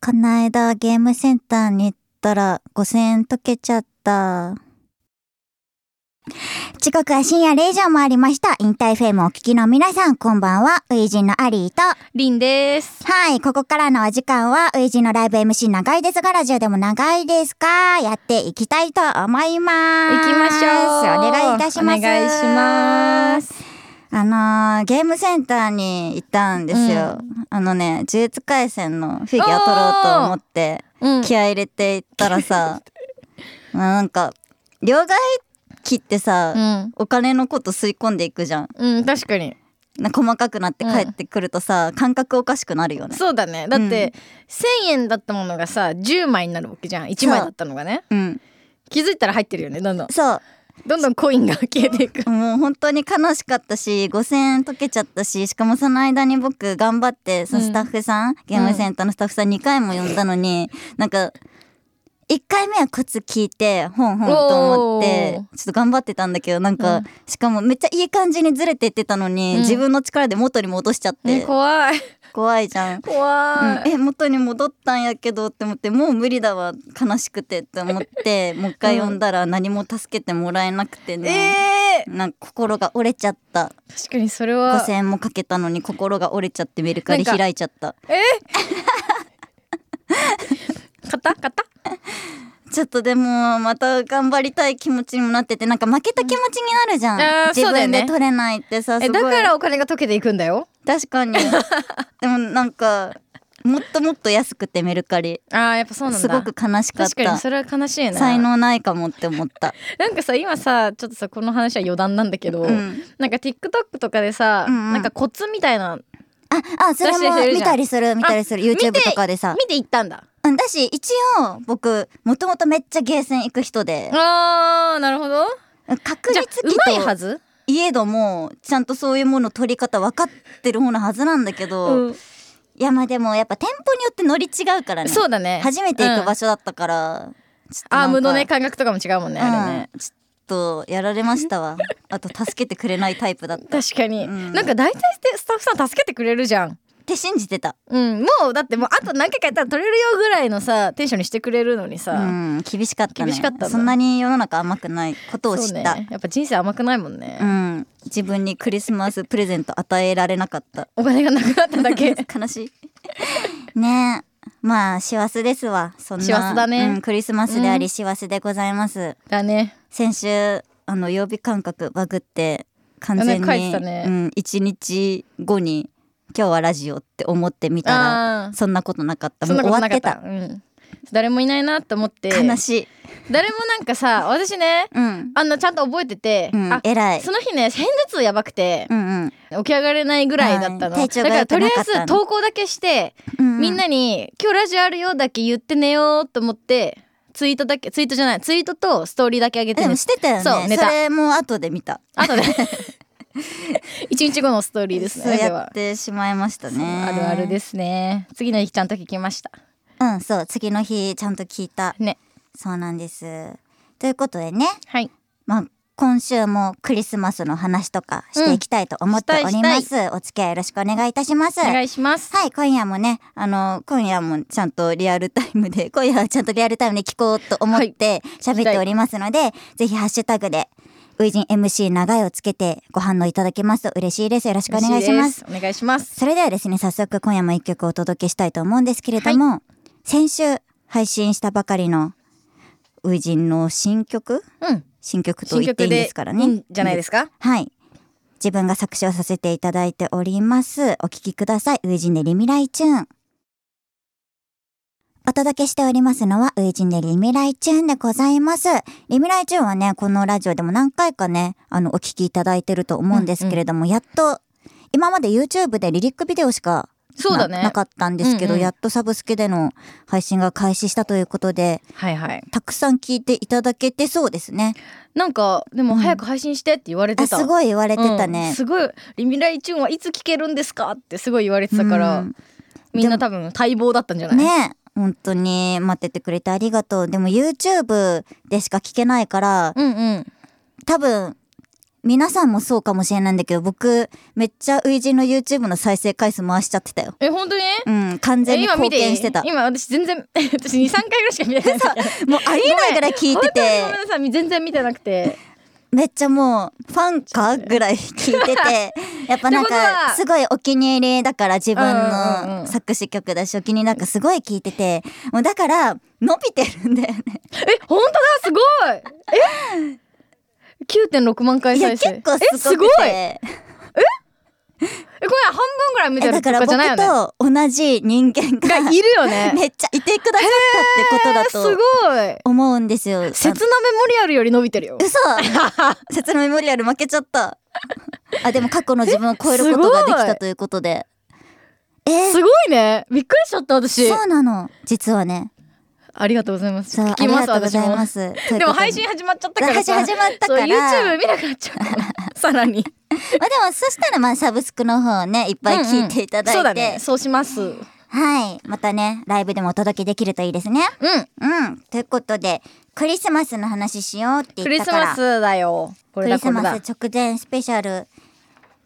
こないだゲームセンターに行ったら5000円溶けちゃった。時刻は深夜0時を回りました。引退フェームをお聞きの皆さん、こんばんは。ウイジンのアリーと。リンです。はい、ここからのお時間は、ウイジンのライブ MC 長いですが、ラジオでも長いですかやっていきたいと思います。行きましょう。お願いいたします。お願いします。あのーゲームセンターに行ったんですよ。あのね、呪術廻戦のフィギュア取ろうと思って、うん気合い入れていったら さ、まあなんか、両替機ってさ、うん。お金のこと吸い込んでいくじゃん。うん、確かに。な細かくなって帰ってくるとさ、感覚おかしくなるよね。そうだね。だって、1000円だったものがさ、10枚になるわけじゃん。1枚だったのがね。うん。気づいたら入ってるよね。どんどん。そどんどんコインが消えていく。う。もう本当に悲しかったし、5000円溶けちゃったし、しかもその間に僕頑張って、そのうんスタッフさん、ゲームセンターのスタッフさん2回も呼んだのに、なんか、1回目はコツ聞いて、ほんほんと思ってお、ちょっと頑張ってたんだけど、なんか、うんしかもめっちゃいい感じにずれていってたのに、うん自分の力で元に戻しちゃって、 ね、怖い。怖いじゃん。怖うん、い。え元に戻ったんやけどって思ってもう無理だわ悲しくてって思ってもう一回呼んだら何も助けてもらえなくてね、えなんか心が折れちゃったー確かにそれは5,000。円もかけたのに心が折れちゃってメルカリなんか開いちゃった買った買ったちょっとでもまた頑張りたい気持ちにもなっててなんか負けた気持ちになるじゃん、うんあー自そうだよ分ねで取れないってさすえ、ごいだからお金が溶けていくんだよ。 確かにでもなんかもっともっと安くてメルカリあー、やっぱそうなんすだ。ごく悲しかっ確かにたそれは悲しいな。才能ないかもって思った、なんかさ今さちょっとさこの話は余談なんだけど、うん、なんか TikTok とかでさ、うんうんなんかコツみたいなあ、あ、それ出しもてるじゃん見たりする、見たりする、見て YouTube とかでさ。見ていったんだうん、だし、一応、僕、もともとめっちゃゲーセン行く人で、あーなるほど確じゃあ率うまいは機とず、いえども、ちゃんとそういうもの取り方分かってる方のはずなんだけど、うんいや、まあでも、やっぱ店舗によってノリ違うからね。そうだね初めて行く場所、所だったから、ちょっとうなんんアーかムのね感覚とかも違うもんね、あれねうんちょっとやられました わ。あと、助けてくれないタイプだった。っ確かに、うんなんか大体スタッフさん助けてくれるじゃんて信じてた。うんもうだってもうあと何回かやったら取れるよぐらいのさテンションにしてくれるのにさ、うん、厳しかったね。厳しかったんだそんなに世の中甘くないことを知そうった。ねやっぱ人生甘くないもんね、うん、自分にクリスマスプレゼント与えられなかったお金がなくなっただけ 悲しいねえまあ師走ですわそんな師走だねうん、クリスマスであうりん師走でございます、だね先週あの曜日感覚バグって完全に、あね書いてたねうん、1日後に今日はラジオって思ってみたらあーそんなことなかったそもんうな終ことわなっかってたたうん、誰もいないなと思って悲しい誰もなんかさ私ねうん、あんなちゃんと覚えてて、うんあ、偉いその日ね片頭痛やばくてう、んうん起き上がれないぐらいだったの、はい体調がだから良とくりあなかったのえず投稿だけして、うんうんみんなに「今日ラジオあるよ」だけ言って寝ようと思ってツイートだけツイートじゃないツイートとストーリーだけ上げてでもねしてたよねそう寝たそれも後で見た あとで一日後のストーリーですそうねでやっはてしまいましたねあるあるですね次の日ちゃんと聞きましたうんそう次の日ちゃんと聞いたねそうなんですということでねはいまあ今週もクリスマスの話とかしていきたいと思っておりうまんしす、お付き合いよろしくお願いいたしますおは願いいします今夜もねあの今夜もちゃんとリアルタイムで 今夜はちゃんとリアルタイムで聞こうと思って喋っておりますので、ぜひハッシュタグで「ウイジン MC 長い」をつけてご反応いただけますと嬉しいですよろしくお願いしますお願いしますそれではですね、早速今夜も一曲お届けしたいと思うんですけれども、先週配信したばかりの、ウイジンの新曲うん新曲と新言ってい曲いんでですからいいねん。じゃないですかはい。自分が作詞をさせていただいております。お聴きください。ウイジンでリミライチューン。お届けしておりますのは、ウイジンでリミライチューンでございます。リミライチューンはね、このラジオでも何回かね、あの、お聴きいただいてると思うんですけれども、やっと、今まで YouTube でリリックビデオしかそうだねななかったんですけど、うんうんやっとサブスクでの配信が開始したということで、はいはいたくさん聞いていただけてそうですね。なんかでも早く配信してって言われあ、てた、すごい言われてたね。うんすごい「リミライチューンはいつ聞けるんですか?」ってすごい言われてたから、うんみんな多分待望だったんじゃない、ね本当に待っててくれてありがとう。でも YouTube でしか聞けないから、うんうん多分皆さんもそうかもしれないんだけど、僕、めっちゃ初陣の YouTube の再生回数回しちゃってたよ。え本当にうん、完全えに今見貢てい献いしてた。今私全然 私23回ぐらいしか見てないもうありえないぐらい聞いてて本当にご、めんなさい全然見てなくてめっちゃもう、ファンかぐらい聞いて て、やっぱなんってことはか、すごいお気に入りだから自うんうん分うんの作詞曲だし、お気に入りなんかすごい聞いてて、もうだから、伸びてるんだよね。え本当だすごいえ9.6万回いや、再生結構えすすごごいい。えこれ半分ぐらい見てえだるとからか僕じゃないよねと同じ人間ががいるよね めっちゃいてくださったってすこごとだいと思うんですよ。切なメモリアルより伸びてるよ嘘 説のメモリアル負けちゃった。あ、でも過去の自分を超えることができたということで。えーすごいねびっくりしちゃった私そうなの。実はね。ありがとうございますそう、聞あきりまがすとうご私ざいもます。ということでも配信始まっちゃったから配信さ始まったそうから。 YouTube 見なくなっちゃ うさらにまあでも、そしたらまあサブスクの方をね、いっぱい聞いていただいて。うんうんそうだねそうしますうんはい。またね、ライブでもお届けできるといいですね。うん。ということで、クリスマスの話しようってク言リったスから。マスだよクこれリだスこれマだス直前スペシャル。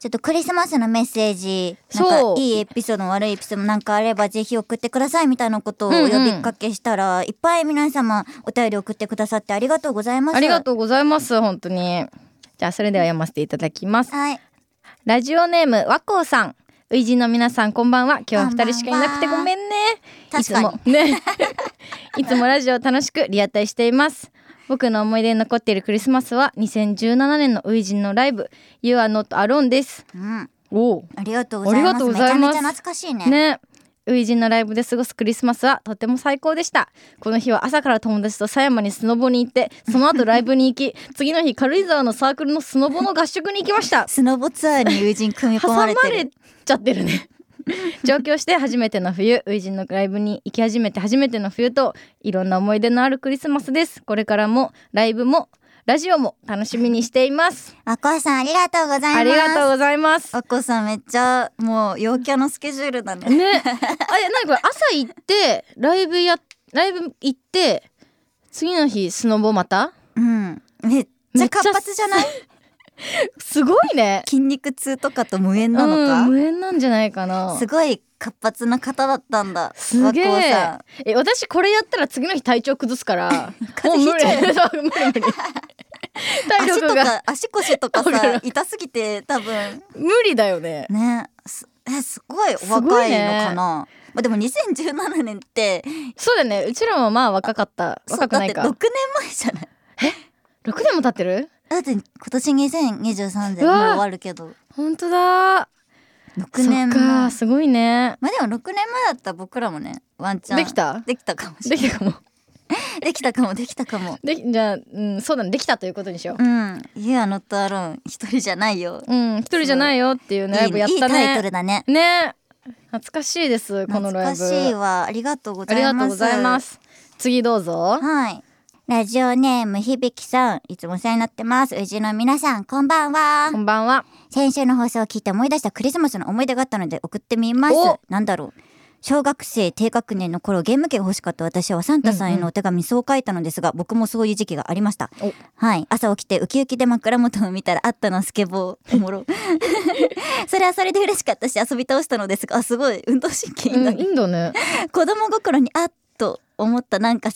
ちょっとクリスマスのメッセージ、なんそかういいエピソード、悪いエピソードなんかあればぜひ送ってくださいみたいなことをうおんう呼んびかけしたら、いっぱい皆様お便り送ってくださってありがとうございます。ありがとうございます本当にじゃあそれでは読ませていただきますはい。ラジオネーム和光さん初陣の皆さんこんばんは今日はこんばん二は人しかいなくてごめんねい確つかにもね いつもラジオ楽しくリアタイしています僕の思い出に残っているクリスマスは2017年の初陣のライブ You are not alone ですうん。おありがとうございありまがす。とうございますめちゃめちゃ懐かしいね。ね初陣のライブで過ごすクリスマスはとても最高でしたこの日は朝から友達と狭山にスノボに行ってその後ライブに行き次の日軽井沢のサークルのスノボの合宿に行きましたスノボツアーに友人組み込挟ままれてる。れちゃってる ね上京して初めての冬初陣のライブに行き始めて初めての冬といろんな思い出のあるクリスマスですこれからもライブもラジオも楽しみにしていますあこさんありがとうございます。ありがとうございますあこさんめっちゃもう陽キャのスケジュールだね。ねあれなんかこれ朝行ってライブやライブ行って次の日スノボまたうん。めっちゃ活発じゃないすごいね筋肉痛とかと無縁なのうん、か、無縁なんじゃないかなすごい活発な方だったんだ。すげ和光えさえ私これやったら次の日体調崩すから 風邪ひいちゃうそう無理 無理 体ん。足力とがか足腰とか わかさる痛すぎて多分無理だよねねすえすごいおすご若いいねのかな、まあ、でも2017年ってそうだよねうちらもまあ若かったそう若くないだってか6年前じゃない6年も経ってるだって今年2023でうもうわ終わるけど本当だ6年そっか前すごいねまあでも6年前だったら僕らもねワンチャンできたできたかもしれでなきたかもいできたかもできたかもできじゃあ、うん、そうだねできたということにしよううん「You are not alone」一人じゃないようん一人じゃないよっていうねライブやっいいいいたねタイトルだねね懐かしいですこの懐ライかブしいわありがとうごあざいりますがとうございます次どうぞはいラジオネームひびきさんいつもお世話になってますうちの皆さんこんばんはこんばんは先週の放送を聞いて思い出したクリスマスの思い出があったので送ってみますおなんだろう小学生低学年の頃ゲーム機が欲しかった私はサンタさんへのお手紙そう書いたのですが、僕もそういう時期がありましたおはい朝起きてウキウキで枕元を見たらあったのスケボーおもろ それはそれで嬉しかったし遊び倒したのですがあすごい運動神経いいんだうん、いいんだね子供心にあっと思ったなんか違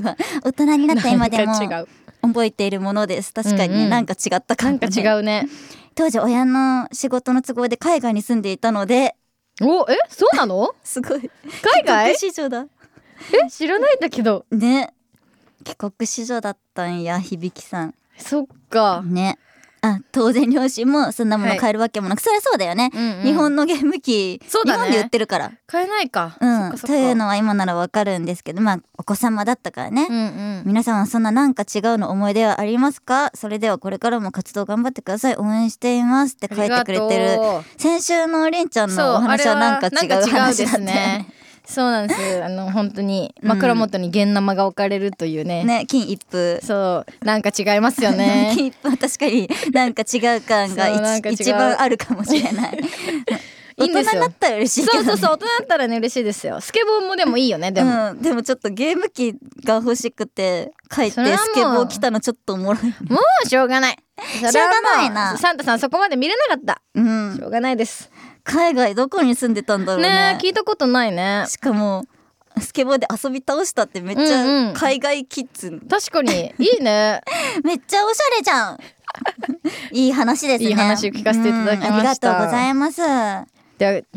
うわ 大人になった今でもなんか違う覚えているものです確かにね、うんうんなんか違ったかなもんねか違うね当時親の仕事の都合で海外に住んでいたの でおえそうなのすごい海外帰国子女だえ知らないんだけどね帰国子女だったんや響さんそっかねあ当然両親もそんなもの買えるわけもなく、そりゃそうだよね、うんうん日本のゲーム機、そう日だね本で売ってるから買えないかそっうんかそっとかいうのは今ならわかるんですけどまあお子様だったからね、うんうん皆さんはそんななんか違うの思い出はありますかそれではこれからも活動頑張ってください応援していますって書いてくれてありるがとう先週のりんちゃんそうのお話はなんか違うあれはなんか違う話でだったすよねねそうなんですあの本当にうん枕元に現生が置かれるという ねね金一封そうなんか違いますよ ね金一封は確かになんか違う感がそうなんか違一う 一番あるかもしれないいいいん大で人すによなったら嬉しいけそど、うね、そうそう大人だったらね嬉しいですよスケボーもでもいいよねでも、うん、でもちょっとゲーム機が欲しくて帰ってそれはもうスケボー来たのちょっとおもろい、もうしょうがないしょしょうがないなサンタさんそこまで見れなかっうんたし、ょうがないです海外どこに住んでたんだろうねねえ聞いたことないね しかもスケボーで遊び倒したってめっちうんうゃん海外キッズ、確 かにいいねめっちゃおしゃれじ ゃんいい話ですねいい話を聞かせていただきましたうんありがとうございますでは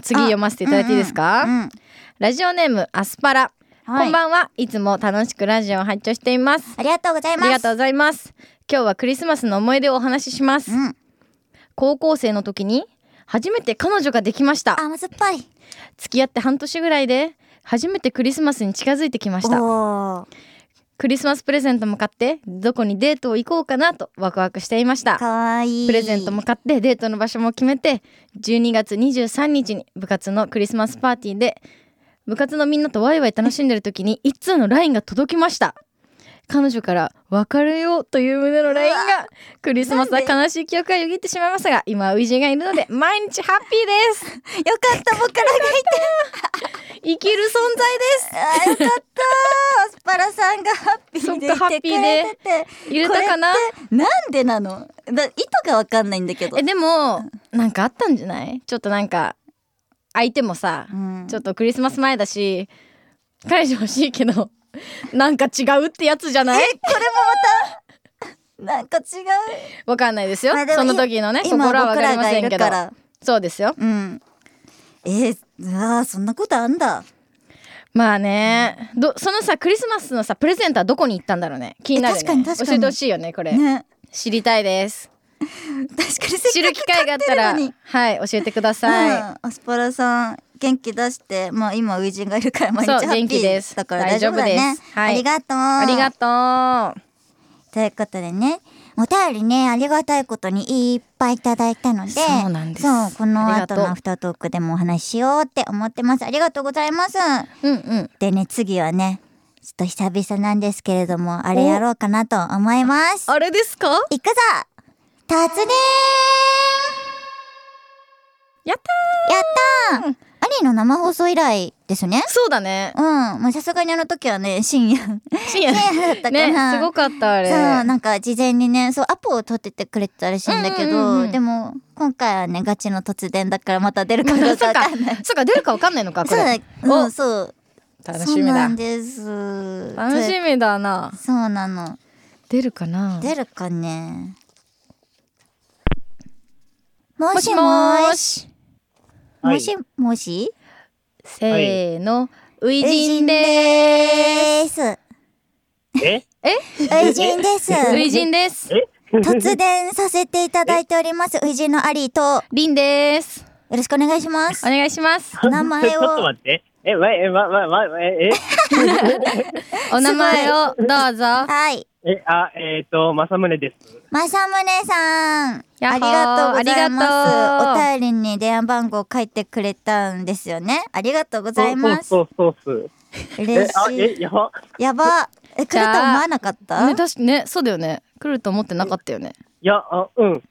次読ませていただいていいですか、うんうんラジオネームアスパラ、こんんばんはいつも楽しくラジオを拝聴していますありがとうございあますりがとうございます今日はクリスマスの思い出をお話しします、うん、高校生の時に初めて彼女ができました甘酸っぱい付き合って半年ぐらいで初めてクリスマスに近づいてきましたおクリスマスプレゼントも買ってどこにデートを行こうかなとワクワクしていましたーかわいいプレゼントも買ってデートの場所も決めて12月23日に部活のクリスマスパーティーで部活のみんなとワイワイ楽しんでる時に一通の LINE が届きました彼女から別れようという旨の LINE がクリスマスは悲しい記憶がよぎってしまいますが今はウイジがいるので毎日ハッピーですよかった 僕らがい生きる存在ですてあーよかったアスパラさんがハッピーでいそっかハッてくピーれでてて入れたかなこれってなんでなのだ意図がわかんないんだけどえでもなんかあったんじゃないちょっとなんか相手もさ、うんちょっとクリスマス前だし彼女欲しいけどなんか違うってやつじゃないなんか違うわかんないですよ、まあでもそいの時のね心今はわ僕かりらまがせいんるけどからそうですようんえー、うわーそんなことあんだまあねどそのさクリスマスのさプレゼントはどこに行ったんだろうね気になるねえ確かに確かに教えてほしいよねこれ、ね知りたいです確かに知せっるか機く会があったら買ってるのにはい教えてください、うん、アスパラさん元気出してまあ今ウイジンがいるから毎日ハッピそーう元気ですだから大丈夫だ大丈夫ねですはいありがとうありがとうということでねお便りねありがたいことにいっぱいいただいたのでそうなんですそうこのありが後とうのアフタートークでもお話ししようって思ってますありがとうございますうんうんでね次はねちょっと久々なんですけれどもあれやろうかなと思いますあれですかいくぞ突然ややっったーアニーの生放送以来ですねそうだねうんまあさすがにあの時はね深夜深深夜夜だったかねらすごかったあれそうなんか事前にねそうアポを取っててくれてたらしいんだけど、うんうんうんうんでも今回はねガチの突然だからまた出るかどうかそわっかかんない。そっか出るかわかんないのかこそうだれ、うおん、そう楽そしうみなだんです楽しみだなそうなの出るかな出るかねももししももーーししもしもしせーのウイジンウイジンでですえウイジンですす ウイジンですえ突然させていただいておりますウイジンのアリーとよリンですろしくお願いしまおす願いします名前をちょっと待って。え、わ、え、わ、わ、わ、え、お名前をどうぞはいえ、え、あ、えっ、と、正宗です。正宗さんやあっほりーがとうございあまりすがお便りに電話番号書いてくれたんですよねありがとうございますそうそうそうそう。嬉え、あ、しいえ、やば。やばえ来るとじゃあ思わなかった、ね確かねそうだよね来ると思ってなかったよねいや、あ、うん。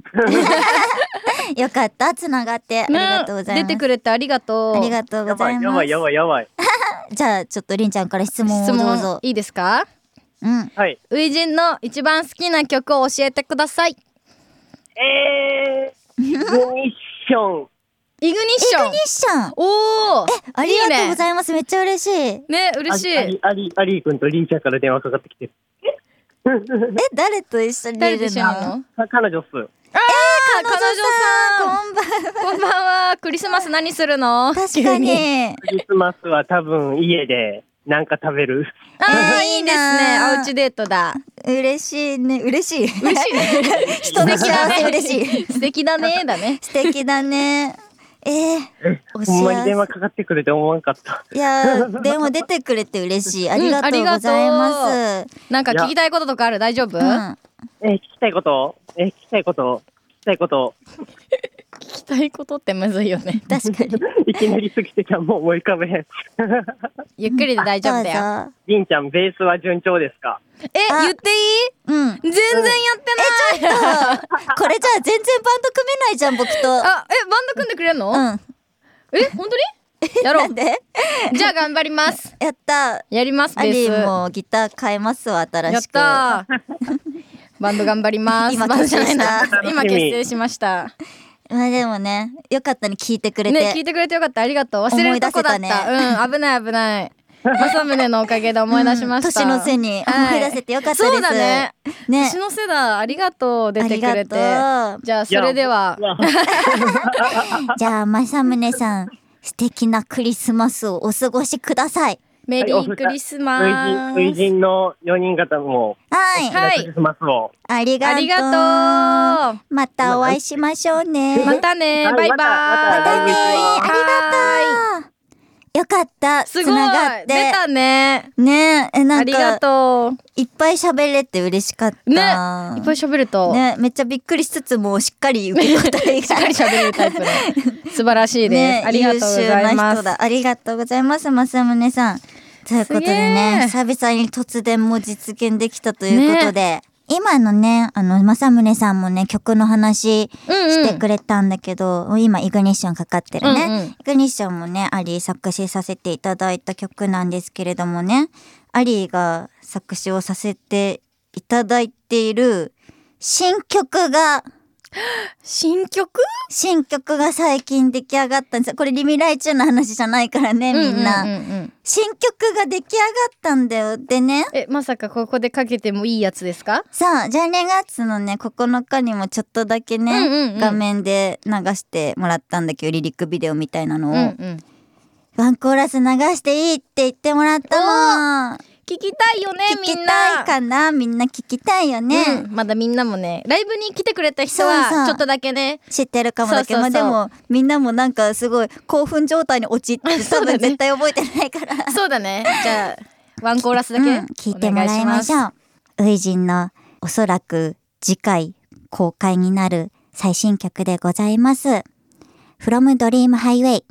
よかったつながってありねがとうござい出ます、てくれてありがとうありがとう やござばいい、ますやばい、やばい、やばい。じゃあちょっとりんちゃんから質問を質どう問ぞいいですかうんはい。ウイジンの一番好きな曲を教えてくださいえ ー、ミッション。イグニッシイョグンニッションおおありがとうごいざいますめっちゃ嬉しいえいねね嬉しいあり、ありくんとりんちゃんから電話かかってきて。誰と一緒にい誰でるしのょうの彼女っす。あ彼女さんこんばんはこんばんはクリスマス何するの確か にクリスマスは多分家でなんか食べる。あーいいいいなですねおうちデートだ嬉しいね嬉しい嬉しいね人の幸せ嬉しいい素敵だねだね 素敵だね。えー、お ほんまに幸せ電話かかってくれて思わんかった。いやー、電話出てくれて嬉しい。ありがとうございます。なんか聞きたいこととかある大丈夫うん、聞え、聞きたいことえ、聞きたいこと聞きたいこときたいことってむずいよね確か に。いきなり過ぎてたもう思い浮かべへん。ゆっくりで大丈夫だよどうぞ。りんちゃん、ベースは順調ですかえあ言っていうん。い全然や ってないこれじゃあ全然バンド組めないじゃん、僕と。あえバンド組んでくれるのうん。え本当にやろなうんでじゃあ頑張りますやったやりますアベリーーもギター買えますわス新やっしくたーバンド頑張ります今バンドじゃないな結成した今結成しましたまあでもねよかったね聞いてくれて、ね聞いてくれてよかったありがとう忘れるとこだった思い出せうん危ない危ない正宗のおかげで思い出しました、うん年のせいにはい思い出せてよかったですそうだねね年のせいだありがとう出てくれてありがとうじゃあそれではじゃあ政宗さん素敵なクリスマスをお過ごしくださいメリークリスマス初陣の4人方も、はい、はいクリスマスを。ありがとうありがとうまたお会いしましょうねまたねはいバイバイまたままたねはありがとうよかったすつごいながっ出てたねねえなあんりがかといっぱい喋れて嬉しかったうねいっぱい喋ると、ねめっちゃびっくりしつつもしっかり受け答え しっかがり喋れるタイプの素晴らしいです、ありがとうござい優秀なま人すだありがとうございます正宗さんということですげねえ久々に突然も実現できたということで、今のねあの正宗さんもね曲の話うんうんしてくれたんだけど、今イグニッションかかってるね、うんうんイグニッションもねアリー作詞させていただいた曲なんですけれどもねアリーが作詞をさせていただいている新曲が新曲新曲が最近出来上がったんですこれリミライチューの話じゃないからねみんな、うううんうん新曲が出来上がったんだよでねえまさかここでかけてもいいやつですかさあ12月のね9日にもちょっとだけね、うんうんうん画面で流してもらったんだけどリリックビデオみたいなのうを、んうんワンコーラス流していいって言ってもらったの聞きたいよねみ聞きんたいなかなみんな聞きたいよね、うんまだみんなもねライブに来てくれた人そうそはうちょっとだけね知ってるかもだけどそうそうそうまあでもみんなもなんかすごい興奮状態に陥って そ多うだね分絶対覚えてないからそうだねじゃあワンコーラスだけ、うん聞いてもらいましょう。初陣のおそらく次回公開になる最新曲でございます。From Dream Highway。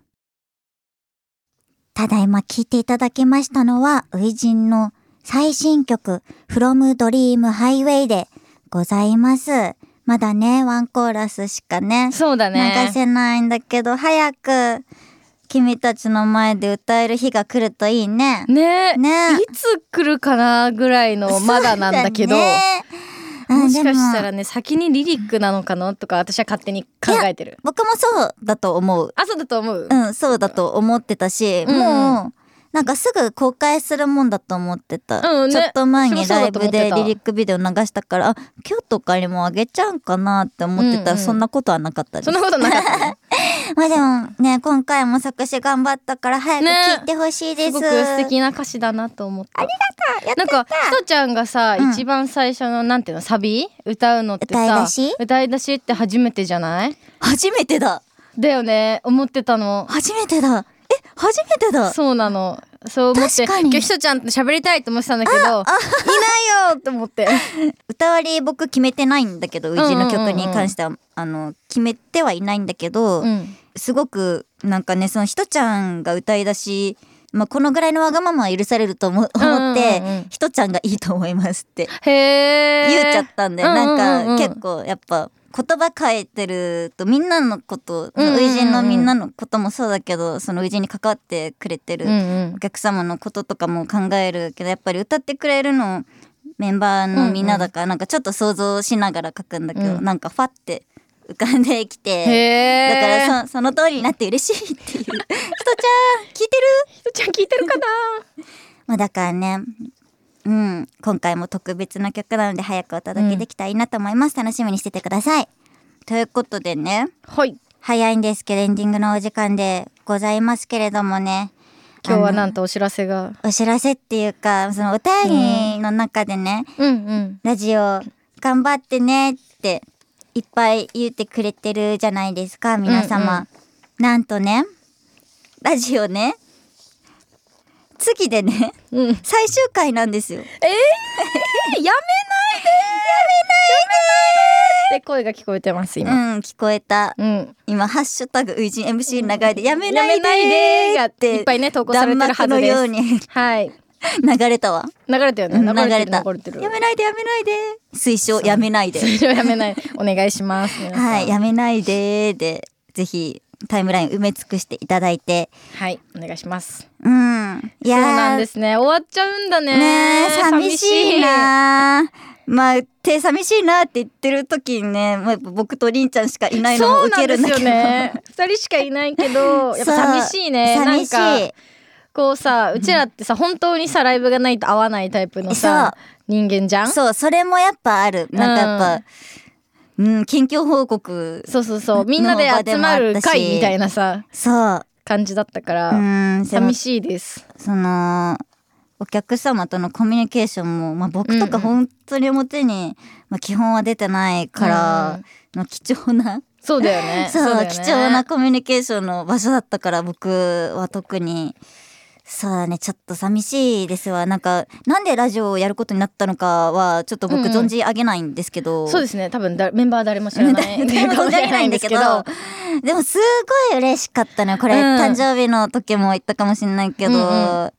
ただいま聞いていただきましたのは、初陣の最新曲 From Dream Highway でございます。まだね、ワンコーラスしかね、そうだね流せないんだけど、早く君たちの前で歌える日が来るといいね。ねねいつ来るかなぐらいのまだなんだけどそうねあもしかしたでらもね先にリリックなのかなとか私は勝手に考えてる僕もそうだと思うあそうだと思う、うんそうだと思ってたし、うんもうなんかすぐ公開するもんだと思ってた、うんねちょっと前にライ私もそうだと思ブってでたリリックビデオ流したからあ今日とかにもあげちゃうんかなって思ってたら、うんうんそんなことはなかったですそんなことなかったねまあでもね今回も作詞頑張ったから早く聞いてほしいですす、ごく素敵な歌詞だなと思ったありやっなんかひとちゃんがさ、うん一番最初のなんていうのサビ歌うのってさ歌い出し歌い出しって初めてじゃない初めてだだよね思ってたの初めてだえ初めてだそうなのそう思っ確てか今に日ひとちゃんと喋りたいと思ってたんだけどいないよと思って歌わり僕決めてないんだけどううんうんうんちの曲に関しては、あの決めてはいないんだけど、うんすごくなんかねそのひとちゃんが歌い出し、まあ、このぐらいのわがままは許されると思思って、うんうんうんひとちゃんがいいと思いますってへえ言っちゃったんで、なんか結構構やっぱ言葉変えてるとみんなのこと初うんうんうん陣のみんなのこともそうだけどその初陣に関わってくれてるうんうんお客様のこととかも考えるけどやっぱり歌ってくれるのメンバーのみんなだから、なんかちょっと想像しながら書くんだけど、うんなんかファって浮かんできてへだえからそその通りになって嬉しいっていうひとちゃん聞いてるひとちゃん聞いてるかなまあだからねうん今回も特別な曲なので早くお届けできたらいいなと思います、楽しみにしててくださいということでねはい早いんですけどエンディングのお時間でございますけれどもね今日はあなのんとお知らせがお知らせっていうかそのお便りの中でね、うんうんラジオ頑張ってねっていっぱい言ってくれてるじゃないですか皆様、うんうなんとねラジオね次でね うんえ最終回なんですよー、やめないでやめないでって声が聞こえてますうん今聞こえたうん今「ハッシュタグウイジン MC 長い」で「やめやないめないでで」っがいってぱいね投稿され弾てるは幕ずのでよすうに はい流れたわ流れたよねうん流流れれてたる流れてるやめないでやめないで推奨やめないで それをやめないお願いします皆さんはい、やめないでーで、ぜひタイムライン埋め尽くしていただいて。はいお願いしますうん。いそうやーなんですね終わっちゃうんだねねえ寂しいなまあ、手寂しいなって言ってる時にね、まあ、やっぱ僕とりんちゃんしかいないのもそう受なけんるでんすだけよど。ね二人しかいない けどやっぱ寂しいねそう寂しなんかい。こうさうちらってさ本当にさライブがないと合わないタイプのさ人間じゃんそうそう、それもやっぱある。なんかやっぱ、うん、近況報告。そうそうみんなで集まる会みたいなさそう。感じだったから、うん、でも寂しいですその、お客様とのコミュニケーションも、まあ、僕とかうんう本当に表に、まあ、基本は出てないからの貴重な、そうだよ ねそうだよね貴重なコミュニケーションの場所だったから僕は特にそうだねちょっと寂しいですわなんかなんでラジオをやることになったのかはちょっと僕うんうん存じ上げないんですけど、そうですね多分だメンバーは誰も 知らな い誰も存じ上げないんだけどでもすごい嬉しかったねこれ、うん誕生日の時も言ったかもしれないけど、うんうん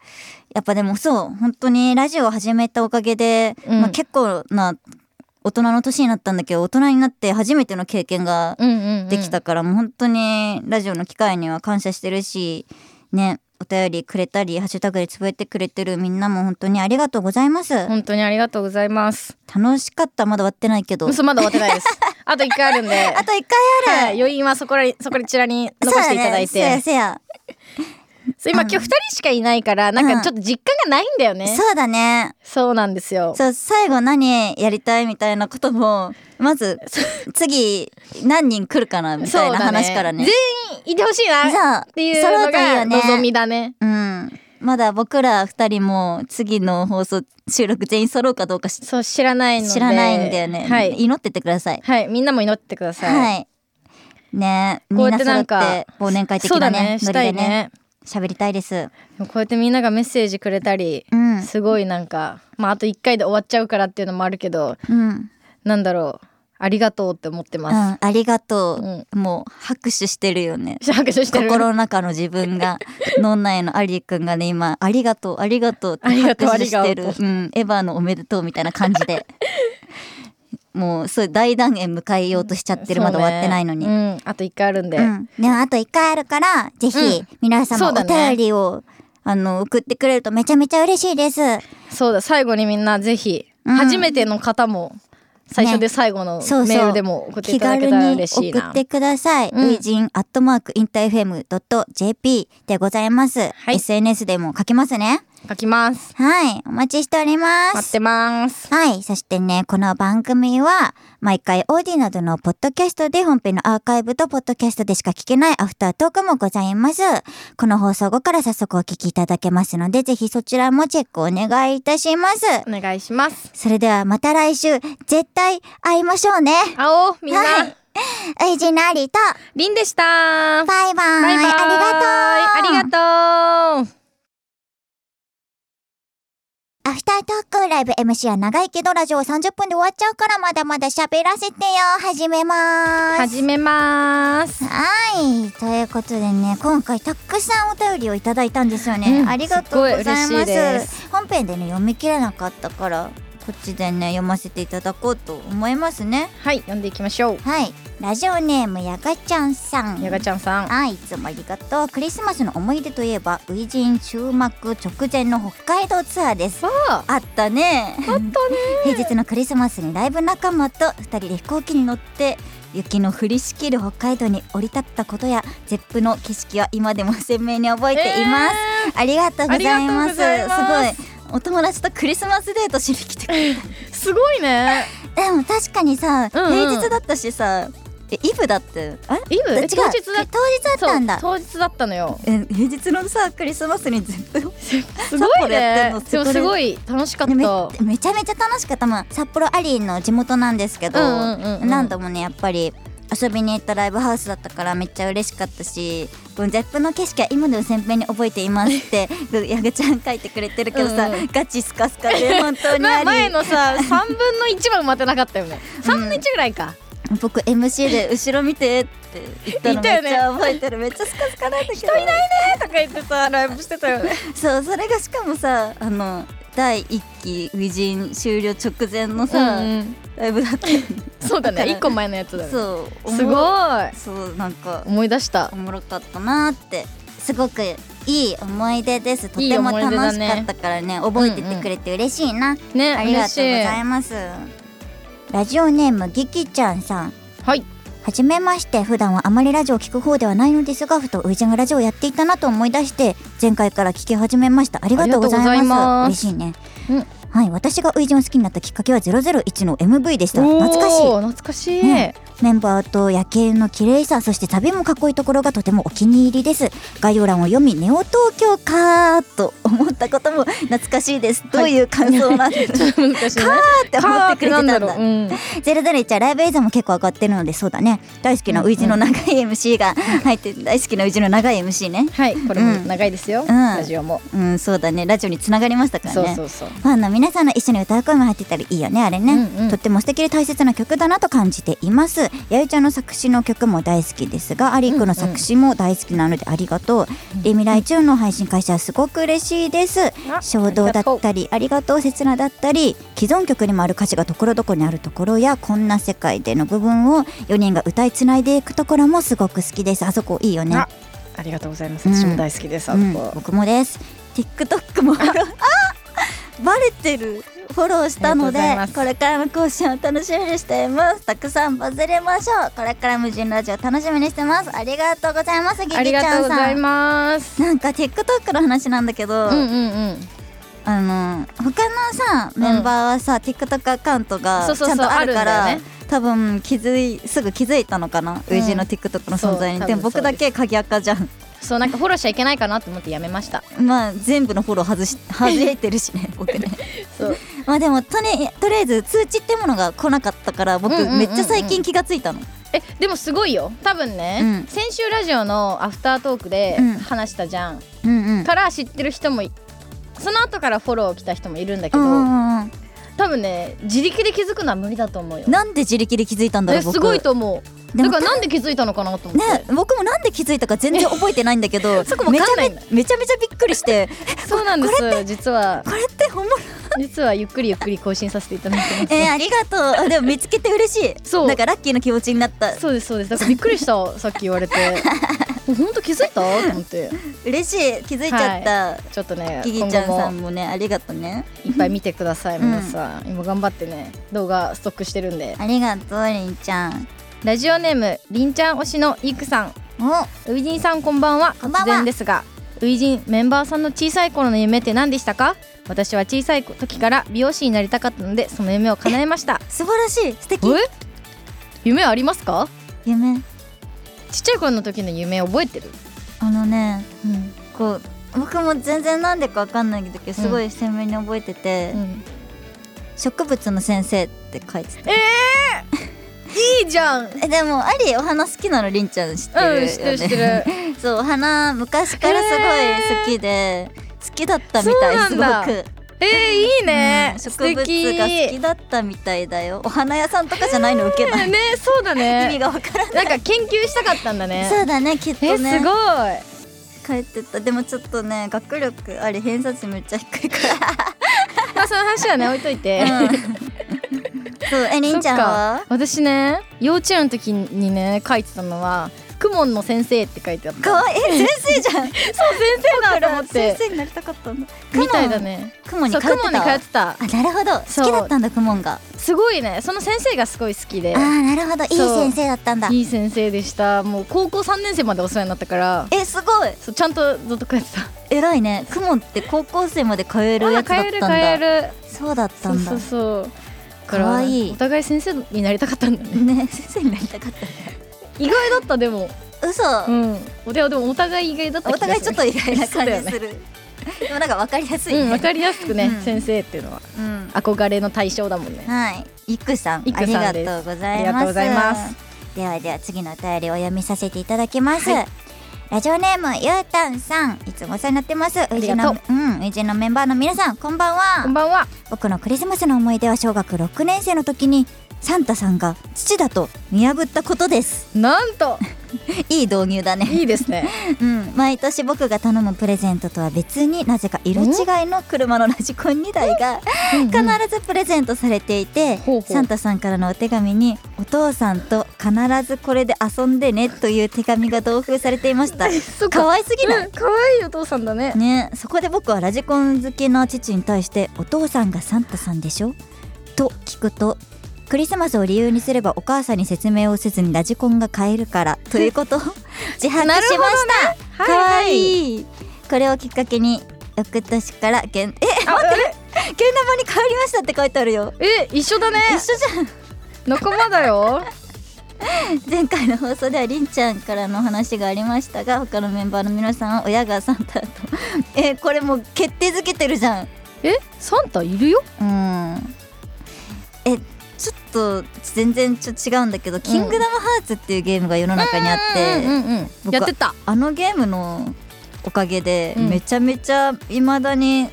やっぱでもそう本当にラジオを始めたおかげで、うんまあ、結構な大人の年になったんだけど大人になって初めての経験がうんうんうんできたから、もう本当にラジオの機会には感謝してるしねお便りくれたりハッシュタグでつぶえてくれてるみんなも本当にありがとうございます本当にありがとうございます楽しかったまだ終わってないけどあと嘘まだ終わってないです あと一回あるんで一回あはいる、余韻はそこらにそこらちらに残そうしていただいね、てせやそう今今日二人しかいないからなんうんかちょっと実感がないんだよね、せやそうだねそうなんですよそう最後何やりたいみたいなこともまず次何人来るかなみたいなそうだね話からね全員いてほしいそうなっていう揃のうといいがよね望みだねうんまだ僕ら二人も次の放送収録全員揃うかどうかしそう知らないので知らないんだよね、はい、祈っててくださいはい、みんなも祈ってください、はい。ねえ、こみうんやなって揃っなんかて忘年会的そうなだねね、ノしリたでいね、ね喋りたいです。でもこうやってみんながメッセージくれたり、うんすごいなんかまああと一回で終わっちゃうからっていうのもあるけどうん、うん、なんだろうありがとうって思ってます、ありがとうんう。もう拍手してるよね。拍手してる心の中の自分 が脳内のアリーくんがね今ありがとうありがとうってありがとう拍手してるありがうんエヴァのおめでとうみたいな感じ でもうそういう大断言迎えようとしちゃってる、まだ終わってないのに、そうねうん、あと一回あるんで、うん、でもあと1回あるからぜうひん皆様そおうだね便りを、あの送ってくれるとめちゃめちゃ嬉しいですそうだ最後にみんなぜひ、うん初めての方も最初で最後のメそうそうールでも送ってい気ただ軽けたらに嬉しい送なってください。うんウイジンアットマークインター FM.jp でございます。い SNS でも書けますね。書きますはい。お待ちしておりま待っす。てますはい。そしてね、この番組は、毎回オーディなどのポッドキャストで本編のアーカイブとポッドキャストでしか聞けないアフタートークもございます。この放送後から早速お聞きいただけますので、ぜひそちらもチェックお願いいたします。お願いしますそれではまた来週、絶対会いましょうね。青みんな、はいウイジンのアリーと、りんでしたバイバイバイバあイりがとうありがとうアフタートークライブ MC は長いけどラジオは30分で終わっちゃうからまだまだ喋らせてよ始めまーす始めますはいということでね今回たくさんお便りをいただいたんですよね、うんありがとうございますすっごい嬉しいです本編でね読み切れなかったからこっちでね読ませていただこうと思いますねはい読んでいきましょうはいラジオネームやがちゃんさんやがちゃんさんはい、いつもありがとう。クリスマスの思い出といえば、初陣終幕直前の北海道ツアーです。そうああったね。あったね。平日のクリスマスにライブ仲間と2人で飛行機に乗って雪の降りしきる北海道に降り立ったことやゼップの景色は今でも鮮明に覚えています。ありがとうございます。すありがとうございますごい。お友達とクリスマスデートしに来てくれたーすごいねでも確かにさ、うんうん平日だったしさえイブだってあれイブ違うえ当日だっ当日だったんだそう当日だったのよえ平日のさクリスマスに全部すごこいれやってんねのでもすごい楽しかっためめちゃめちゃ楽しかった、まあ、札幌アリーの地元なんですけど、うんうんうんうん何度もねやっぱり遊びに行ったライブハウスだったからめっちゃ嬉しかったし「このゼップの景色は今でも鮮明に覚えています」って 矢口ちゃん書いてくれてるけどさ、うんうんガチスカスカ で本当にまアリ前ーのさ3分の1は埋まってなかったよね3分の1ぐらいか、僕 MC で後ろ見てって言ったの言めっったちよねゃ覚えてる、めっちゃスカスカなんだけど人いとか言ってさライブしてたよねそうそれがしかもさあの第1期「ウィジン」終了直前のさ、うんライブだったよねそうだねだから一個前のやつだねそうすごいいそうなんか思い出したおもろかったなってすごくいい思い出ですといいても思い楽出だしねかったからね覚えててくれて嬉しいな、ねありが嬉しとうございますラジオネームぎきちゃんさんはいはじめまして普段はあまりラジオを聞く方ではないのですがふとウイちゃんがラジオをやっていたなと思い出して前回から聞き始めましたありがとうございますありがとうございます嬉しいね、うんはい私がウイちゃんを好きになったきっかけは001の MV でしたおー懐かしい懐 かしい、ねメンバーと夜景の綺麗さそして旅もかっこいいところがとてもお気に入りです概要欄を読みネオ東京かーと思ったことも懐かしいですどういう感想なんですかちょっと難しいねって思ってくれてたんだカーってなんだろう、ゼロゼロ一はライブ映像も結構上がってるのでそうだね大好きなウイジの長い MC が入って大好きなウイジの長い MC ねうん、はいこれも長いですよ、んラジオも、うんそうだねラジオにつながりましたからねそうそうそうファンの皆さんの一緒に歌う声も入ってたらいいよねあれね、うんうんとっても素敵で大切な曲だなと感じていますやゆちゃんの作詞の曲も大好きですがアリークの作詞も大好きなのでありがとう、リミライチューンの配信会社はすごく嬉しいですあ衝動だったりありがとう刹那だったり既存曲にもある歌詞がところどころにあるところやこんな世界での部分を4人が歌いつないでいくところもすごく好きですあそこいいよねあありがとうございますうん私も大好きです、うんあそこ、僕もです TikTok もフォローあバレてるフォローしたのでありがとうございますこれからの更新を楽しみにしていますたくさんバズれましょうこれから無人ラジオ楽しみにしてますありがとうございますギギちありがゃとんうごさざいんますなんか TikTok の話なんだけど、うんうんうんあの他のさメンバーはさ、TikTok アカウントがそうちそうゃそうんとあるからあるんだよね多分気づいすぐ気づいたのかな、うんウイジの TikTok の存在にそうでも多分僕そうですだけ鍵アカじゃんそうなんかフォローしちゃいけないかなと思ってやめましたまあ全部のフォロー外し 外れてるし ね僕ねそうまあでもとねとりあえず通知ってものが来なかったから僕うんうんうんうんめっちゃ最近気がついたの、えでもすごいよ多分ね、うん先週ラジオのアフタートークでうん話したじゃん、うんうんから知ってる人もいその後からフォロー来た人もいるんだけうど、んうんうん多分ね自力で気づくのは無理だと思うよなんで自力で気づいたんだろえう僕すごいと思うでだもからなんで気づいたのかなと思って、ね、僕もなんで気づいたか全然覚えてないんだけど そこわかんないんめだちゃめめちゃめちゃびっくりしてそうなんです実はこれって本物実はゆっくりゆっくり更新させていただいてま す、えー、ありがとうあでも見つけて嬉しいそうなんかラッキーな気持ちになったそうですそうですだからびっくりしたさっき言われて本当気づいたと思って嬉しい気づいちゃった、ちょっとねギギ今ちゃん後さもんもねありがとうねいっぱい見てくださいうん皆さん、今頑張ってね動画ストックしてるんでありがとうりんちゃんラジオネームりんちゃん推しのイクさんおウイジンさんこんばんはこんばんは突然ですがウイジンメンバーさんの小さい頃の夢って何でしたか私は小さい時から美容師になりたかったのでその夢を叶えました素晴らしい素敵え夢ありますか夢ちっちゃい頃の時の夢覚えてる、あのねうんこう僕も全然なんでかわかんないんだけどすごい鮮明に覚えてて、植物の先生って書いてたえー、いいじゃんうんえでもありお花好きなのりんちゃん知ってるよ、ね知ってる知ってる そうお花昔からすごい好きで、好きだったみたいそうなんだすごくえー、いいね、うん素植物が好きだったみたいだよお花屋さんとかじゃないの受けない、 ねそうだ意味ねがわからない、なんか研究したかったんだねそうだねきっとえねすご帰いってたでもちょっとね学力あり偏差値めっちゃ低いかまあその話 はね置いといて、ら、うん、そうえりんちゃんはそっか私ね幼稚園の時にね書いてたのは「クモンの先生」って書いてあったかわいいえ先生じゃ んそう先生だと思っ先て生になりたかったんだみたいだねクモンにそ通うってたクモンに通ってたあなるほどそ好きうだったんだクモンがすごいねその先生がすごい好きであーなるほどいいそう先生だったんだいい先生でしたもう高校3年生までお世話になったからえすごいそうちゃんとずっと通ってた偉いねクモンって高校生まで通えるやつだあっ帰るたんだ帰るそうだったそうんだそうそうだかわいいお互い先生になりたかったんだ ねね先生になりたかった意外だったでも嘘、うんでもでもお互い意外だったお気がする互いちょっと意外な感そうだよじねする、でもなんかわかりやすいね、うんわかりやすくね、うん先生っていうのはうん憧れの対象だもんねはい、いくさんいくさんあでりすがとうござありいがとまうごす。ざいますではでは次のお便りをお読みさせていただきます。はいラジオネームゆうたんさん、いつもお世話になってます。うりじがとのう、うん、うじのメンバーの皆さん、こんばんは。こんばんは僕のクリスマスの思い出は小学6年生の時にサンタさんが土だと見破ったことです なんといい導入だねいいですねうん、毎年僕が頼むプレゼントとは別になぜか色違いの車のラジコン2台が必ずプレゼントされていて、ほうほうサンタさんからのお手紙に「お父さんと必ずこれで遊んでね」という手紙が同封されていました そっか可愛すぎない、うん可愛いお父さんだねね、そこで僕はラジコン好きな父に対して「お父さんがサンタさんでしょ?」と聞くと「クリスマスを理由にすればお母さんに説明をせずにラジコンが買えるから」という ことを自白しまなるしほどねた。はかわいいいこれをきっかけに翌年からけんえけんああれ玉に変わりましたって書いてあるよえ一緒だね一緒じゃん仲間だよ前回の放送ではりんちゃんからの話がありましたが他のメンバーの皆さんは親がサンタと えこれもう決定づけてるじゃんえサンタいるようんえちょっと全然ちょ違うんだけど「キングダムハーツ」っていうゲームが世の中にあって、うんうんうん僕はやってたあのゲームのおかげでうんめちゃめちゃいまだに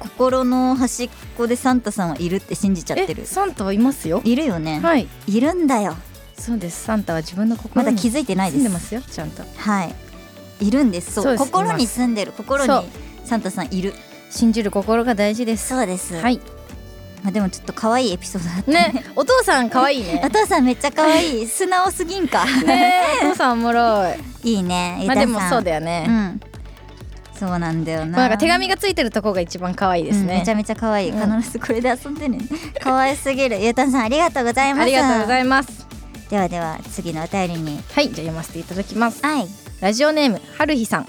心の端っこでサンタさんはいるって信じちゃってるえサンタはいますよいるよね、はいい、るんだよそうですサンタは自分の心まにだ気づいてないで住んすでますよちゃんとはいいるんですそうそうです心いにます住んでる心そうにサンタさんいる信じる心が大事ですそうです、はいまあ、でもちょっと可愛いエピソードだったねねお父さん可愛いね お父さんめっちゃ可愛い素直すぎんかねお父さんおもろいいいねゆまたさあでんもそうだようねんそうなんだよなまあなんか手紙がついてるとこが一番可愛いですうんねめちゃめちゃ可愛いうん必ずこれで遊んでね、 可愛すぎるゆうたんさんありがとうございますありがとうございますではでは次のお便りにはいじゃあ読ませていただきますはいラジオネームはるひさん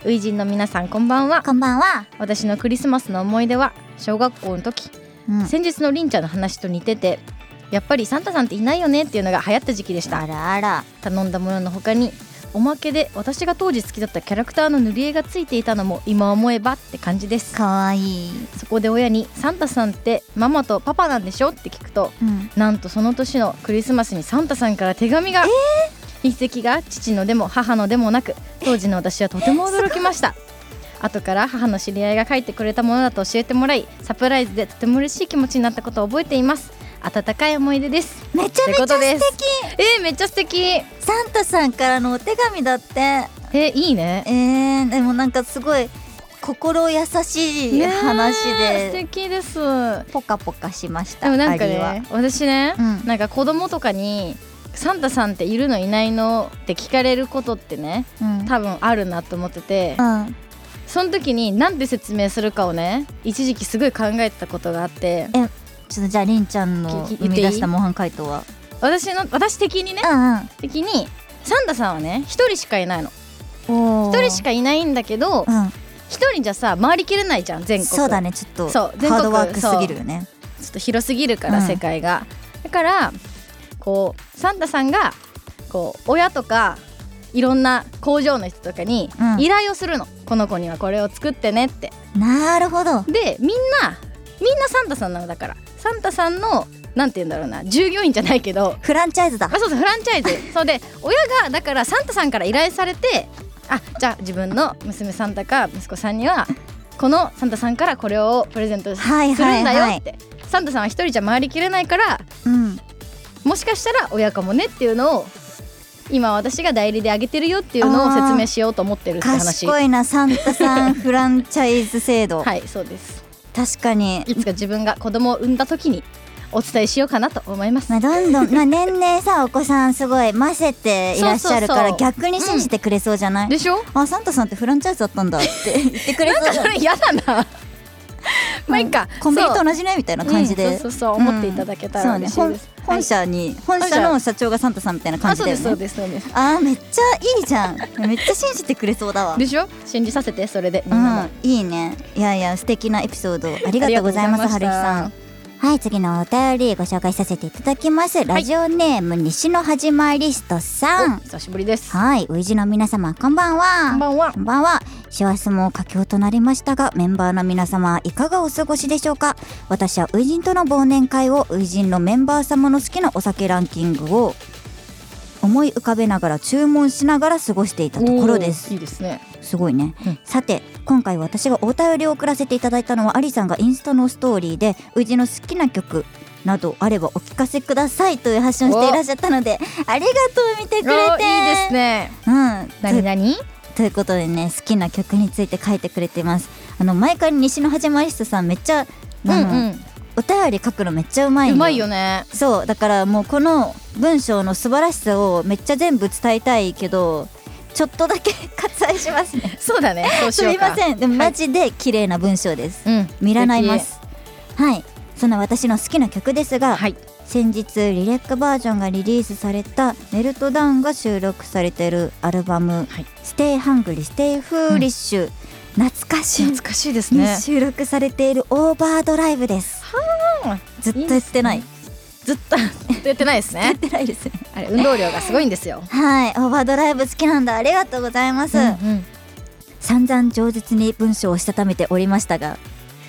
初陣の皆さんこんばんはこんばんは、私のクリスマスの思い出は小学校の時うん、先日のりんちゃんの話と似ててやっぱりサンタさんっていないよねっていうのが流行った時期でしたあらあら頼んだものの他におまけで私が当時好きだったキャラクターの塗り絵がついていたのも今思えばって感じです可愛いそこで親に「サンタさんってママとパパなんでしょ?」って聞くとうんなんとその年のクリスマスにサンタさんから手紙が、筆跡が父のでも母のでもなく当時の私はとても驚きました 後から母の知り合いが書いてくれたものだと教えてもらいサプライズでとても嬉しい気持ちになったことを覚えています温かい思い出ですめちゃめちゃ素敵えー、めっちゃ素敵えサンタさんからのお手紙だってー、いいねえー、でもなんかすごい心優しいねー話素で敵ですでポカポカしましたもなんかアリはね私ね、うんなんか子供とかにサンタさんっているのいないのって聞かれることってねうん多分あるなと思ってて、うんその時になんで説明するかをね一時期すごい考えてたことがあってちょっとじゃありんちゃんのきき生み出した模範解答は私の私的にねう的にサンタさんはね一人しかいないのんうんお一人しかいないんだけどかうん一人じゃさ回りきれないじゃん全国そうだねちょっとハそう全国ードワークすぎるよねちょっと広すぎるから、うん世界がだからこうサンタさんがこう親とかいろんな工場の人とかにうん依頼をするの、この子にはこれを作ってねってなるほどでみんなみんなサンタさんなのだからサンタさんのなんて言うんだろうな従業員じゃないけどフランチャイズだあそうそうフランチャイズそうで親がだからサンタさんから依頼されてあじゃあ自分の娘さんだか息子さんにはこのサンタさんからこれをプレゼントするはいんだはいはよっいて、サンタさんは一人じゃ回りきれないからうんもしかしたら親かもねっていうのを今私が代理であげてるよっていうのを説明しようと思ってるって話賢いなサンタ さんフランチャイズ制度はいそうです確かにいつか自分が子供を産んだ時にお伝えしようかなと思いますまあどんど んまあ年々さお子さんすごい混ぜていらっしゃるからそうそうそう逆に信じてくれそうじゃないでしょあサンタさんってフランチャイズだったんだって言ってくれなんそうかじゃそ ないれ嫌だなまあいいかコンビニそとう同じねみたいな感じうんでそうそうそう思っていただけたら嬉しいそうでねすほん本社に本社の社長がサンタさんみたいな感あじそうだでよすそねうですそうですあーめっちゃいいじゃんめっちゃ信じてくれそうだわでしょ信じさせてそれでみんなもうん、いいねいやいや素敵なエピソードありがとうございますありはるきがとうございさまんはい次のお便りご紹介させていただきますラジオネーム、西の始まりストさおん久しぶりですはいウイジの皆様こんばんはこんばんはこんばんは。師走も佳境となりましたが、メンバーの皆様いかがお過ごしでしょうか私はウイジンとの忘年会をウイジンのメンバー様の好きなお酒ランキングを思い浮かべながら注文しながら過ごしていたところですおーい。いですねすごいね、うんさて今回私がお便りを送らせていただいたのはアリさんがインスタのストーリーでうちの好きな曲などあればお聞かせくださいという発信をしていらっしゃったのでありがとう見てくれておーいいですねうん、何何ということでね好きな曲について書いてくれていますあの毎回西の始まり室さんめっちゃあうの、んお便り書くのめっちゃうまういんんうまいよね そうだからもうこの文章の素晴らしさをめっちゃ全部伝えたいけどちょっとだけ 割愛しますねそ うだねそうしすようみかませんでもはいマジで綺麗な文章です、うん見らないますはいそんな私の好きな曲ですが、はい先日リレックバージョンがリリースされた「メルトダウン」が収録されてるアルバムはい「ステイハングリーステイフーリッシュ」懐かしい懐かしいですにね収録されている「オーバードライブ」ですあずっと言ってないいいずっ と出てないです言っねてないですねあれ運動量がすごいんですよはい、オーバードライブ好きなんだ。ありがとうございます。うんうん散々饒舌に文章をしたためておりましたが、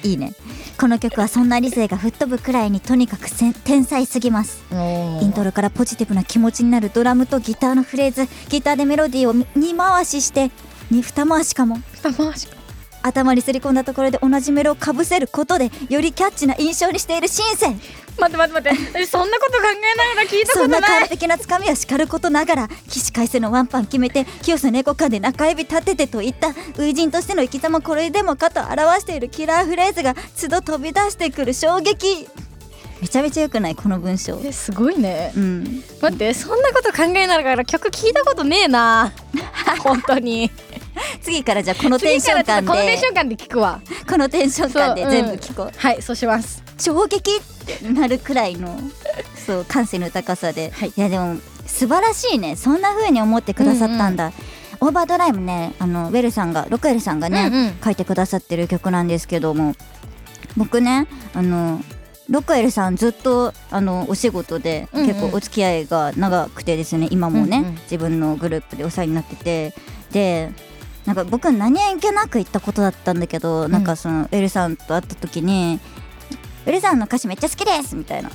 いいね。この曲はそんな理性が吹っ飛ぶくらいにとにかくせん天才すぎます。イントロからポジティブな気持ちになるドラムとギターのフレーズ、ギターでメロディーを2回しして、に2回しかも。二回しか頭にすり込んだところで同じメロをかぶせることでよりキャッチな印象にしているシンセン待って待って待って私そんなこと考えないな聞いたこそとんなな完い璧なつかみは叱ることながら起死回生のワンパン決めて清瀬猫科で中指立ててといった初陣としての生き様これでもかと表しているキラーフレーズが都度飛び出してくる衝撃めちゃめちゃ良くないこの文章えすごいねうん待ってそんなこと考えながら曲聞いたことね えな本当に次からじゃあこのテンシ次かョンらちょっ感とコンデーでション感で聞くわこのテンション感で全部聞こう、はいそうします衝撃ってなるくらい のそう感性の高さで、はいい、やでも素晴らしいねそんな風に思ってくださったんだ、オーバードライブねあのウェルさんがロクエルさんがね、うんうん書いてくださってる曲なんですけども僕ねあのロクエルさんずっとあのお仕事でうんうん結構お付き合いが長くてですね、今もね、うんうん自分のグループでお世話になっててでなんか僕何気なく言ったことだったんだけど、なんかそのウェルさんと会った時に「ウェルさんの歌詞めっちゃ好きです」みたいな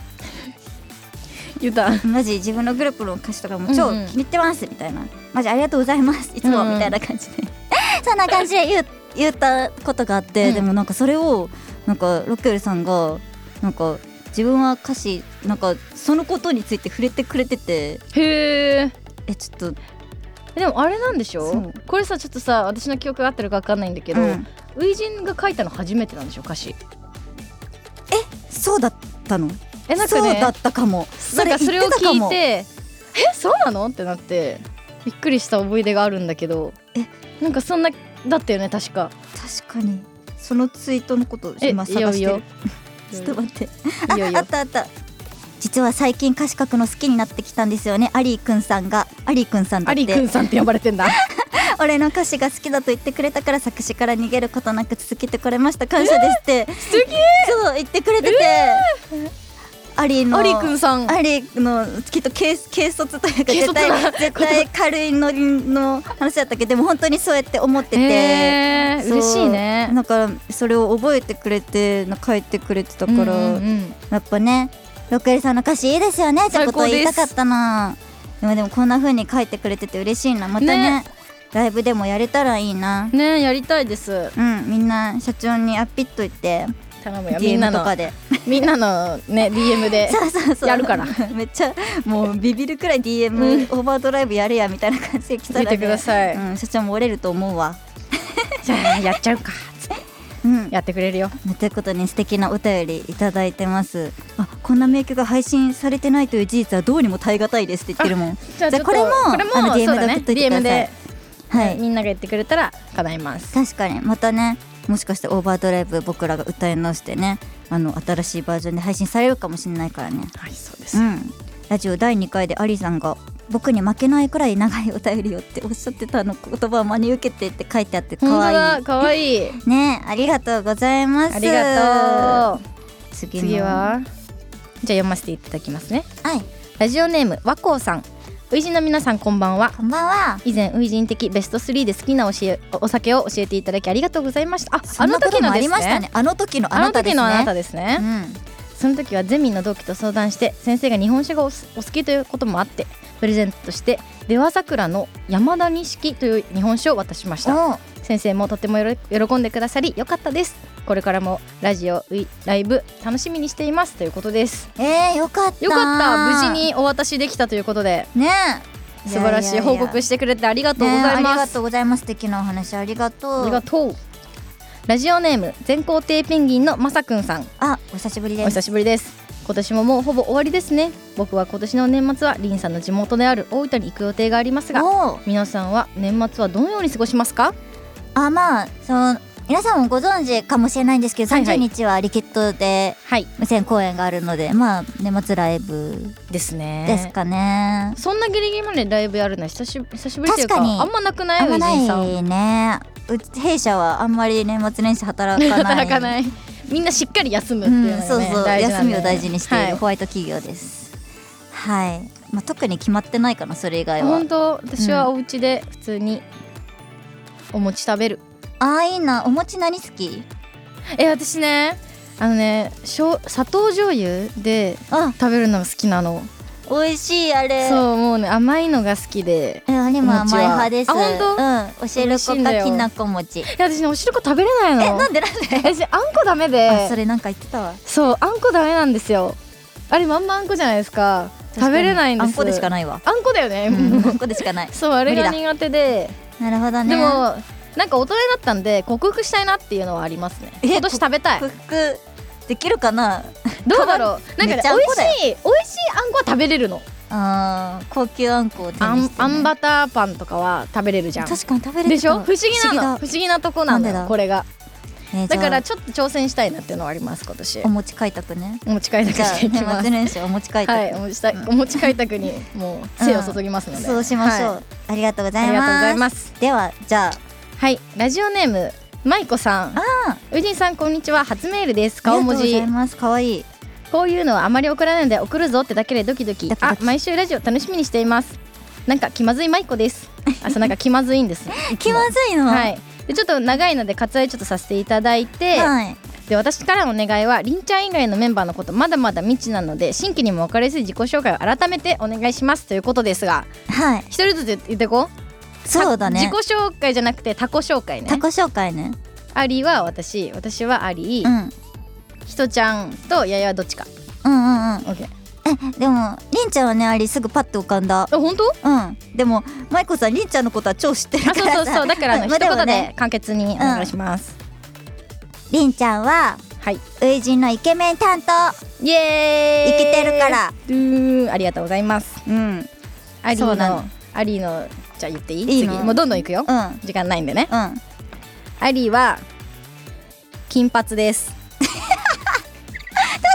言った「マジ自分のグループの歌詞とかも超うんうん気に入ってます」みたいな「マジありがとうございますいつも」うんうんみたいな感じで そんな感じで言う言ったことがあって、うんでもなんかそれをなんかロッケルさんがなんか自分は歌詞なんかそのことについて触れてくれててへええちょっとでもあれなんでしょそうこれさちょっとさ私の記憶が合ってるか分かんないんだけど、うん初陣が書いたの初めてなんでしょ歌詞そうだったのえなんかそうねだったかもなんかそれを言ってたか聞いもてえそうなのってなってびっくりした思い出があるんだけどえなんかそんなだったよね確か確かにそのツイートのことえ今探してるいいよいいよちょっと待っていいよいいああよったあった実は最近歌詞書くの好きになってきたんですよねアリーくんさんがアリーくんさんだアっリくんてさんって呼ばれてんだ俺の歌詞が好きだと言ってくれたから作詞から逃げることなく続けてこれました感謝ですって、すげえそう言ってくれてて、アリーのアリくんさんアリのきっと軽軽率というか軽率絶な対絶対軽いノリの話だったけどでも本当にそうやって思ってて、えー、嬉しいねだからそれを覚えてくれてな書いてくれてたから、うんうんうんやっぱねロクエルさんの歌詞いいですよねってことを最高です言いたかったなでもでもこんな風に書いてくれてて嬉しいなまたねねライブでもやれたらいいなねやりたいですうんみんな社長にアッピっといて頼むよみん DM なとのか でみんなのね DM でそうそうそうやるからめっちゃもうビビるくらい DM オーバードライブやれやみたいな感じで来たら、ね、見てくださいうん、社長も折れると思うわじゃあやっちゃうかうんやってくれるよということに素敵なお便りいただいてますあこんな名曲が配信されてないという事実はどうにも耐え難いですって言ってるもんじゃあちょっとこれもこれもあの DM そうだねで送っといてくだ DM さでいはいみんなが言ってくれたら叶います確かにまたねもしかしてオーバードライブ僕らが歌い直してねあの新しいバージョンで配信されるかもしれないからねはいそうでうすんラジオ第2回でアリさんが僕に負けないくらい長いお便りをっておっしゃってたあの言葉を真に受けてって書いてあって本当可愛だい可愛い ねありがとうございますありがとうう次の次はじゃあ読ませていただきますねはいラジオネーム和光さん初陣の皆さんこんばんはこんばんは以前初陣的ベスト3で好きなおしえお酒を教えていただきありがとうございましたあそあんなのこと時ものあでりすましたねね。あの時のああなのたで時すね。のあなたですねうん、その時はゼミの同期と相談して先生が日本酒がおすお好きということもあってプレゼントとして出羽桜の山田錦という日本酒を渡しましたお先生もとてもよろ喜んでくださりよかったですこれからもラジオういライブ楽しみにしていますということですえー、よかったよかった無事にお渡しできたということでねえ素晴らしやいや報や告してくれてありがとうございねありまがすとうございます素敵なお話ありがとうありがとうラジオネーム全校亭ペンギンのまさくんさんあお久しぶりおです久しぶりです今年ももうほぼ終わりですね僕は今年の年末はリンさんの地元である大分に行く予定がありますがおう皆さんは年末はどのように過ごしますかあまあその皆さんもご存知かもしれないんですけど、はいはい30日はリキッドではい無線公演があるのでまあ年末ライブですねですかね、そんなギリギリまでライブやるの久しぶり久しぶりというか確かにあんまなくないあんまなウイジンさんいねうち弊社はあんまり年末年始働かない働か ないみんなしっかり休むっうていうのが、ん、ねそうそう大事な休んでみを大事にしていはるホワイト企業ですはい、まあ、特に決まってないかなそれ以外は本当私はお家で普通にお餅食べる、ああいいなお餅何好きえ私ねあのねしょう砂糖醤油であ食べるのが好きなの、美味しいあれそうもうね甘いのが好きでえあれも甘い派ですお餅はうんおしる美味しいこんだかよきなこ餅えいや私ねおしるこ食べれないのなんでなんで私あんこダメあそでれなんか言ってたわそうあんこダメなんですよあれまんまあんこじゃないですか食べれないんですあんこでしかいないわあんこだよね、うんあんこでしかない そうあれが無理苦手で、なるほどねでもなんか大人になったんで克服したいなっていうのはありますねえ今年食べたい克服できるかなどうだろうなんめかっねちゃあん美こだよ味しい美味しいあんこは食べれるのあー高級あんこを手あにんしてねあんバターパンとかは食べれるじゃん確かに食べれるでしょ不思議なだの不思議なとこななのんでだよこれがねだかじゃあらちょっと挑戦したいなっていうのはあります今年お餅開拓ねお持ち帰宅じゃあしていき年ま末す年始お餅開拓、はいお持ちたお持ち帰宅にもう精を注ぎますので、そうしましょう、はいありがとうござあいりがとうございまますすではじゃあはいラジオネームまいこさんあウジンさんこんにちは初メールです顔文ありが字とうございます可愛いいこういうのはあまり送らないので送るぞってだけでドキドキドキドキあ毎週ラジオ楽しみにしていますなんか気まずいまいこですあそうなんか気まずい んです気まずいのはいでちょっと長いので割愛ちょっとさせていただいて、はいで私からのお願いはりんちゃん以外のメンバーのことまだまだ未知なので新規にも分かりやすい自己紹介を改めてお願いしますということですがはい一人ずつ言言ってこそうだね自己紹介じゃなくて他己紹介ねタコ紹介ねアリは私私はアリう、んうんひとちゃんとややはどっちかうんうん OK えでもりんちゃんはねあれすぐパッと浮かんだあ本当うんでも舞子さんりんちゃんのことは超知ってるかあそうら そうそうだからあのうん一まあでも言でね簡潔にお願いします、りんちゃんははい初陣のイケメン担当イエーイ生きてるからうーんありがとうございますうんうんアリそうなののアリのじゃあ言っていいいいの次もうどんどんいくよ、 うん時間ないんでねアリは金髪です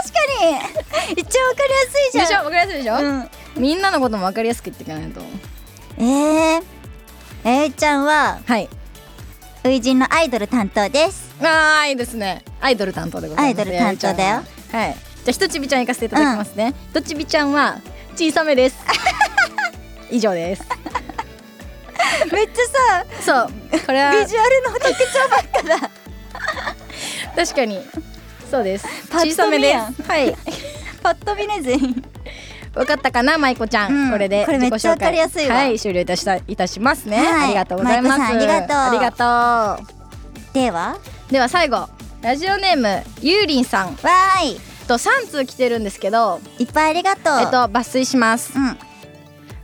一応わかりやすいじでしょゃんわかりやすいでしょ、うんみんなのこともわかりやすく言っていかないとえー、えいちゃんははい初陣のアイドル担当ですあーいいですねアイドル担当でございますアイドル担当だよやゆちゃんははいじゃあひとちびちゃん行かせていただきますね、ひとちびちゃんは小さ めです以上ですめっちゃそうこれはビジュアルの特徴ばっかだ確かにそうですパッと見小さめですやんはい パッと見ね全員分かったかな舞子ちゃん、うんこれでこれめっちゃ自己紹介わかりやすいわはい終了いたしたいたしますね、はいありがとうございます舞子さんありがとありがとではうでは最後ラジオネームゆうりんさんわーいと3通来てるんですけどいっぱいありがとうえっと抜粋しますうんあ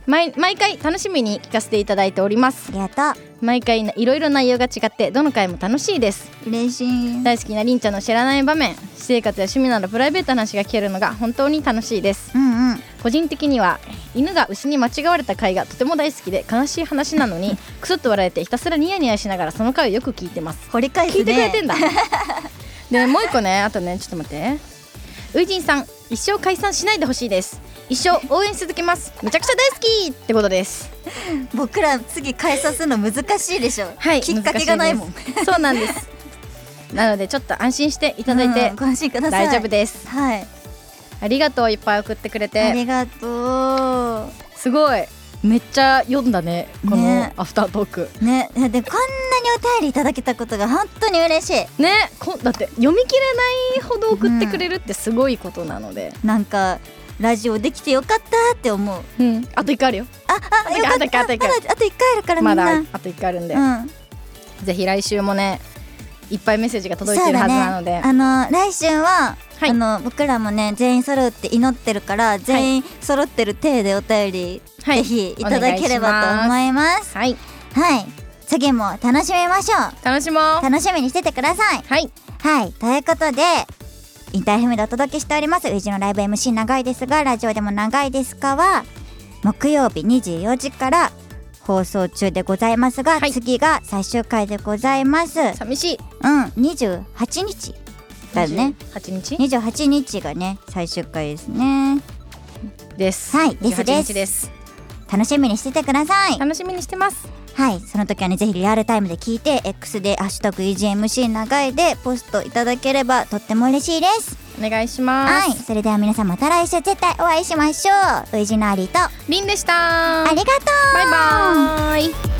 毎毎回楽しみに聞かせていただいておりますりがと毎回いろいろ内容が違ってどの回も楽しいですう嬉しい大好きなりんちゃんの知らない場面私生活や趣味などプライベートな話が聞けるのが本当に楽しいですうんうん個人的には犬が牛に間違われた回がとても大好きで悲しい話なのにクスッと笑えてひたすらニヤニヤしながらその回をよく聞いてます掘り返す聞ねいてくれてんだ でもう一個ねあとねちょっと待ってウイジンさん一生解散しないでほしいです一生応援し続けますめちゃくちゃ大好きってことです僕ら次解散するの難しいでしょはいきっかけがないもん難しいですそうなんです なのでちょっと安心していただいてうんご安心ください大丈夫です、はいありがとういっぱい送ってくれあてりがとすごいめっちゃ読んだねこのねアフタートーク、うねでこんなにお便りいただけたことが本当に嬉しいねこだって読み切れないほど送ってくれるってすごいことなので、なんかラジオできてよかったって思ううんあと1回あるよああよかったあと一回あと一回まだあと一回あるからみんまなだあと1回あるんで、うんぜひ来週もねいっぱいメッセージが届いてそうるだはずなので、ねあの来週は、はいあの僕らもね全員揃うって祈ってるから全員揃ってる体でお便り、はいぜひいただければと思いますはいはい次も楽しみましょ楽しもうう楽しみにしててくださいはいはいということでインターフェムでお届けしております「うちのライブ MC 長いですがラジオでも長いですかは」木曜日24時から放送中でございますが、はい次が最終回でございます寂しいうん28日だよね8日28日がね最終回ですねですはいです18日です楽しみにしててください楽しみにしてますはいその時はねぜひリアルタイムで聞いて X で「ハッシュタグ #EGMC 長い」でポストいただければとっても嬉しいですお願いします、はいそれでは皆さんまた来週絶対お会いしましょうウイジのアリーとありんでしたりがとうバイバーイ